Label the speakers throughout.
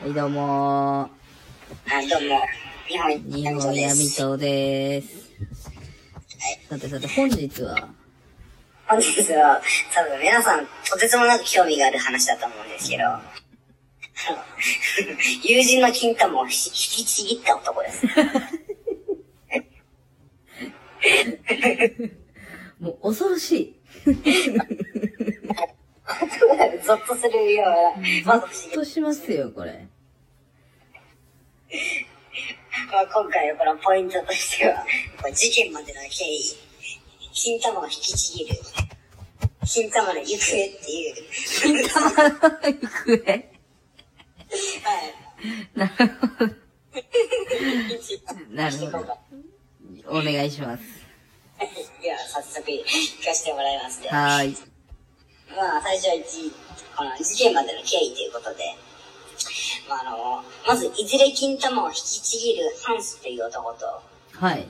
Speaker 1: はい、どうも
Speaker 2: はい、どうも。日本
Speaker 1: ー。日本
Speaker 2: 闇町で
Speaker 1: 闇
Speaker 2: す。
Speaker 1: 町でーす。さてさて、本日は、
Speaker 2: 本日は、多分皆さん、とてつもなく興味がある話だと思うんですけど、あの友人の金玉をひ引きちぎった男です。
Speaker 1: もう恐ろしい。
Speaker 2: 男がゾッとするような、ま
Speaker 1: ゾ
Speaker 2: ず不思
Speaker 1: ッとしますよ、これ。
Speaker 2: 議まあ、今回のこのポイントとしては、こう事件までの経緯、金玉を引きちぎる、金玉の行方っていう、
Speaker 1: 金玉の行方。
Speaker 2: はい。
Speaker 1: なるほど。なるほど
Speaker 2: 聞こうか
Speaker 1: お願いします。
Speaker 2: では、早速、聞かせてもらいますね。
Speaker 1: はーい。
Speaker 2: まあ、最初は一、この事件までの経緯ということで、まあ、あの、まず、いずれ金玉を引きちぎるハンスという男と、
Speaker 1: はい。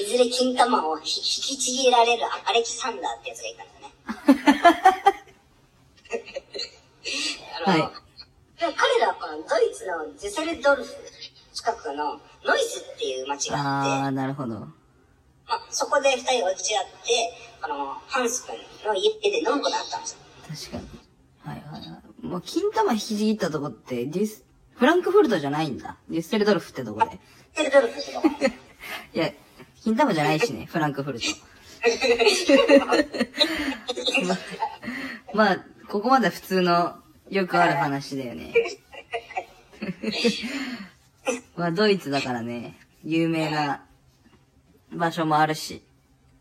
Speaker 2: いずれ金玉をひ引きちぎられるアレキサンダーってやつがいたんだね。あの
Speaker 1: はい
Speaker 2: でも彼らはこのドイツのデュセルドルフ近くのノイスっていう町があって、
Speaker 1: あー、なるほど。
Speaker 2: まあ、そこで二人落ち合って、あの、ハンス君の家で飲むことだったんですよ。
Speaker 1: 確かに。はいはいはい。もう、金玉引きちぎったとこって、デュス、フランクフルトじゃないんだ。デュッセルドルフってとこで。
Speaker 2: デュセルドルフってとこ。
Speaker 1: いや、金玉じゃないしね、フランクフルト。 まあ、ここまでは普通の、よくある話だよね。 まあ、ドイツだからね、有名な場所もあるし、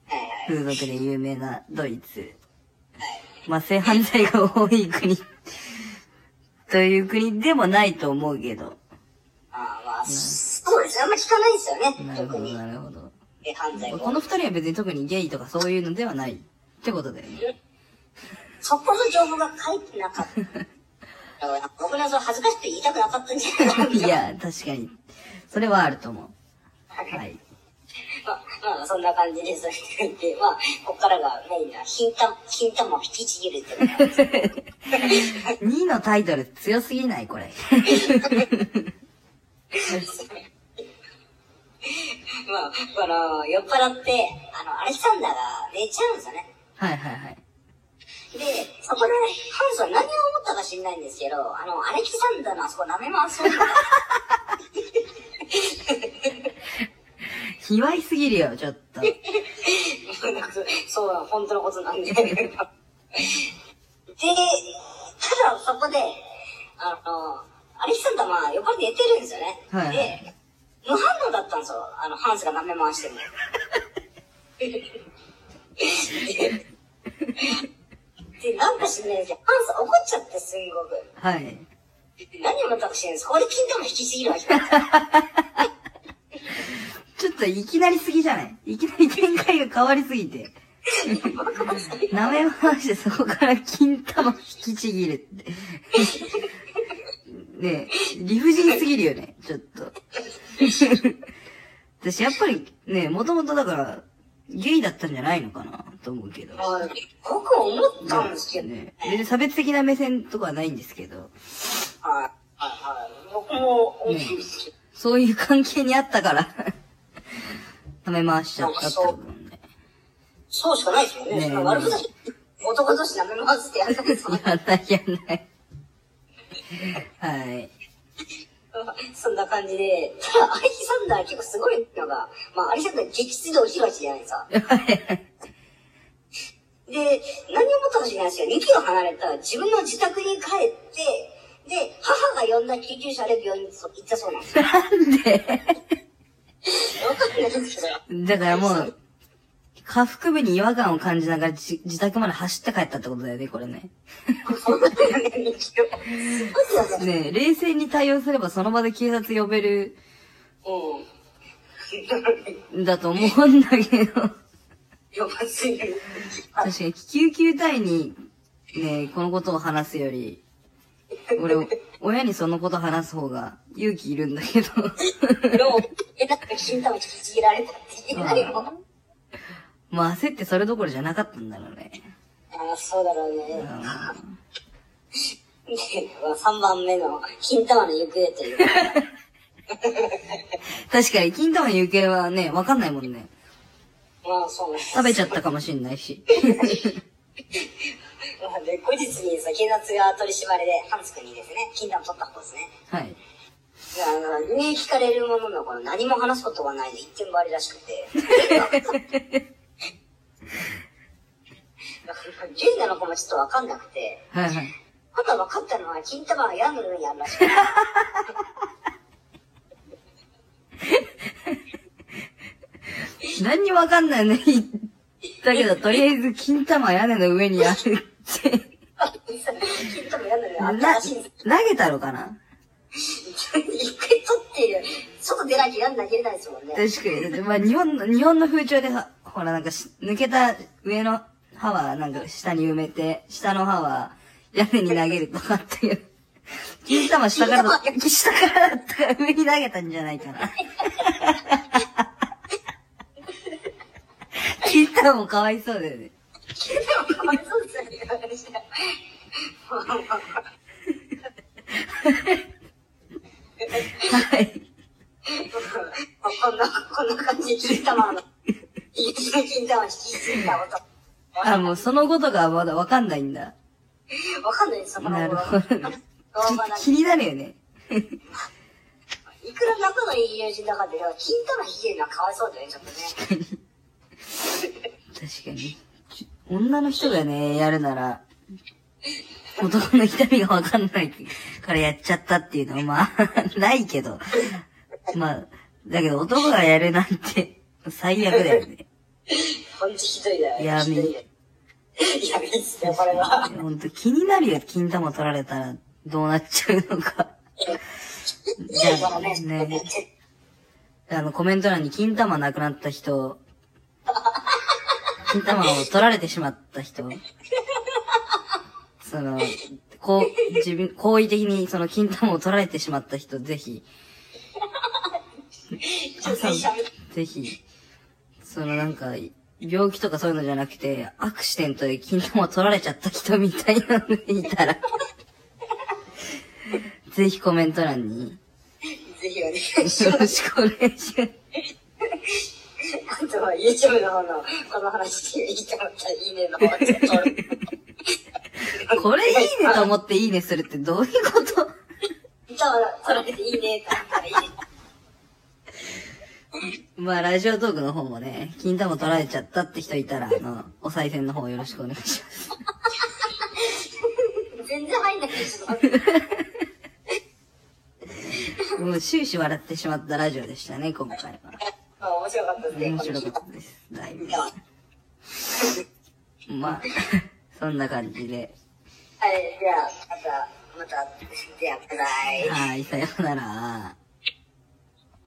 Speaker 2: はいはい。
Speaker 1: 風俗で有名なドイツ。まあ、性犯罪が多い国、という国でもないと思うけど。
Speaker 2: ああ、まあ、そうですね。あんま聞かないですよ
Speaker 1: な
Speaker 2: ね。
Speaker 1: るほ
Speaker 2: 特
Speaker 1: ど、
Speaker 2: に。
Speaker 1: なるほど。
Speaker 2: え、犯罪
Speaker 1: こ
Speaker 2: も。
Speaker 1: の二人は別に特にゲイとかそういうのではないってことだよね。
Speaker 2: そこの情報が書いてなかった。だから僕のその恥ずかしくて言いたくなかったんじゃないかな。
Speaker 1: いや、確かに。それはあると思う。はい。
Speaker 2: まあ、まあ、そんな感じで、それで、まあ、ここからがメインな、金玉、金玉を引きちぎるってことなんですけど。
Speaker 1: 2のタイトル強すぎないこれ。
Speaker 2: まあ、この、酔っ払って、あの、アレキサンダーが寝ちゃうんですよね。
Speaker 1: はいはいはい。
Speaker 2: で、そこで、ハンスは何を思ったか知んないんですけど、あの、アレキサンダーのあそこ舐め回そうよ。
Speaker 1: 卑猥すぎるよ、ちょっと。
Speaker 2: そう、本当のことなんで。で、ただそこで、あの、アレキサンダーまあ、横に寝てるんですよね。
Speaker 1: はいはい
Speaker 2: で、無反応だったんですよ。あの、ハンスが舐め回しても。で、なんか知んないですけど、ハンス怒っちゃって、すんごく。
Speaker 1: はい。
Speaker 2: 何をまたか知らないです。これ、金玉引きちぎるわけなんですよ。
Speaker 1: ちょっといきなりすぎじゃないいきなり展開が変わりすぎて。舐め回してそこから金玉引きちぎるって。ねえ、理不尽すぎるよね、ちょっと。私やっぱりね、もともとだから、ゲイだったんじゃないのかなと思うけど。
Speaker 2: 僕思ったんですけどね。
Speaker 1: ね、全然差別的な目線とかはないんですけど、
Speaker 2: はい、はい、はい。僕も思うんですけど。
Speaker 1: そういう関係にあったから、舐め回しちゃったってことなんで。
Speaker 2: そうしかないですよね。
Speaker 1: ねえ
Speaker 2: そんな悪ふざけ、男同士舐めますってやつですよ
Speaker 1: やんないやんない。はい。
Speaker 2: そんな感じで、ただ、アリキサンダー結構すごいのが、まあ、アリキサンダー激痛で落ちるわけじゃないですか。で、何をもったか知らないですけど、2キロ離れた自分の自宅に帰って、で、母が呼んだ救急車で病院に行ったそうなんですよ。
Speaker 1: なんで
Speaker 2: わかんないですけど。
Speaker 1: だからもう、下腹部に違和感を感じながら自自宅まで走って帰ったってことだよね、これね。
Speaker 2: 2キロ。すごいですよね。
Speaker 1: ねえ冷静に対応すればその場で警察呼べる
Speaker 2: うん。
Speaker 1: んだと思うんだけど。
Speaker 2: やばすぎる。
Speaker 1: 確かに、救急隊に、ね、このことを話すより、俺、親にそのこと話す方が勇気いるんだけど。
Speaker 2: ロ ー、え、なんか金玉引きちぎられたっていう。何も。
Speaker 1: まあ、焦ってそれどころじゃなかったんだろうね。
Speaker 2: ああ、そうだろうね。
Speaker 1: うん
Speaker 2: で、3番目の、金玉の行方というか、
Speaker 1: 確かに、金玉の行方はね、わかんないもんね。
Speaker 2: まあそうなんです
Speaker 1: 食べちゃったかもしんないし。
Speaker 2: まあで、後日にさ、警察が取り締まりで、ハンス君にですね、金玉取った方ですね。
Speaker 1: はい。
Speaker 2: であの、ね、聞かれるものの、この何も話すことがないの一点張りらしくて。ジュンナの子もちょっとわかんなくて、
Speaker 1: はいはい。
Speaker 2: あと分かったのは、金玉は矢の上にあるらしくて。
Speaker 1: 何にもわかんないね。 だけど、とりあえず、金玉屋根の上にあるって。
Speaker 2: 金玉矢の上にあ
Speaker 1: な、
Speaker 2: っ
Speaker 1: 投
Speaker 2: たらしいんです
Speaker 1: げたのかな
Speaker 2: 一回撮って、外出なきゃやんなきゃいけないですもんね。
Speaker 1: 確かに。まあ、日本の、日本の風潮では、ほら、なんかし、抜けた上の歯は、なんか、下に埋めて、下の歯は、屋根に投げるとかっていう。金玉下からだ、下からだったから上に投げたんじゃないか な。金玉もかわいそうだよね。
Speaker 2: でもかわいそうですよね、私
Speaker 1: はい。
Speaker 2: こんな、こんな感じで金玉の、金玉引きすぎた音。
Speaker 1: あ、もうそのことがまだわかんないんだ。
Speaker 2: わかんないですよ、この
Speaker 1: なるほどね。
Speaker 2: 動画なん
Speaker 1: 気になるよね。
Speaker 2: いくら仲のいい友人だからで、金玉引けるのはかわいそうだよね、ちょっとね。
Speaker 1: 確かに。ち女の人がね、やるなら、男の痛みがわかんないからやっちゃったっていうのは、まあ、 ないけど。まあ、だけど男がやるなんて、最悪だよね。
Speaker 2: ほんとひどいだよ。
Speaker 1: 闇
Speaker 2: ひどいよ。闇っすね、これは。
Speaker 1: ほんと気になるよ、金玉取られたら、どうなっちゃうのか。じ
Speaker 2: いい
Speaker 1: ゃ
Speaker 2: か
Speaker 1: あ、
Speaker 2: らね、
Speaker 1: ね、あの、コメント欄に金玉なくなった人、 金玉を取られてしまった人、その、こう、自分、好意的にその金玉を取られてしまった人、ぜひ、
Speaker 2: ちょっと一緒に
Speaker 1: ぜひ、そのなんか、病気とかそういうのじゃなくて、アクシデントで金玉を取られちゃった人みたいなのでいたら、 ぜひコメント欄に、
Speaker 2: ぜひお願いし
Speaker 1: よ
Speaker 2: ま
Speaker 1: ろ
Speaker 2: す。
Speaker 1: しくお願いします。
Speaker 2: あとは YouTube の方の、この話いいと思ったらい いねの方ちょっと俺
Speaker 1: これいいねと思っていいねするってどういうこと
Speaker 2: 歌は取られていいねと思ったらいいね。
Speaker 1: まあ、ラジオトークの方もね、金玉取られちゃったって人いたら、あの、 お賽銭の方よろしくお願いします。
Speaker 2: 全然入んないですよ。い
Speaker 1: もう終始笑ってしまったラジオでしたね、今回は。
Speaker 2: まあ面白かったですね、
Speaker 1: 面
Speaker 2: この
Speaker 1: 白
Speaker 2: 人
Speaker 1: か。ったです。だいぶ
Speaker 2: で。は
Speaker 1: まあ、 そんな感じで。
Speaker 2: はい、じゃあ、また、また、出会ってください。
Speaker 1: はい、さようなら。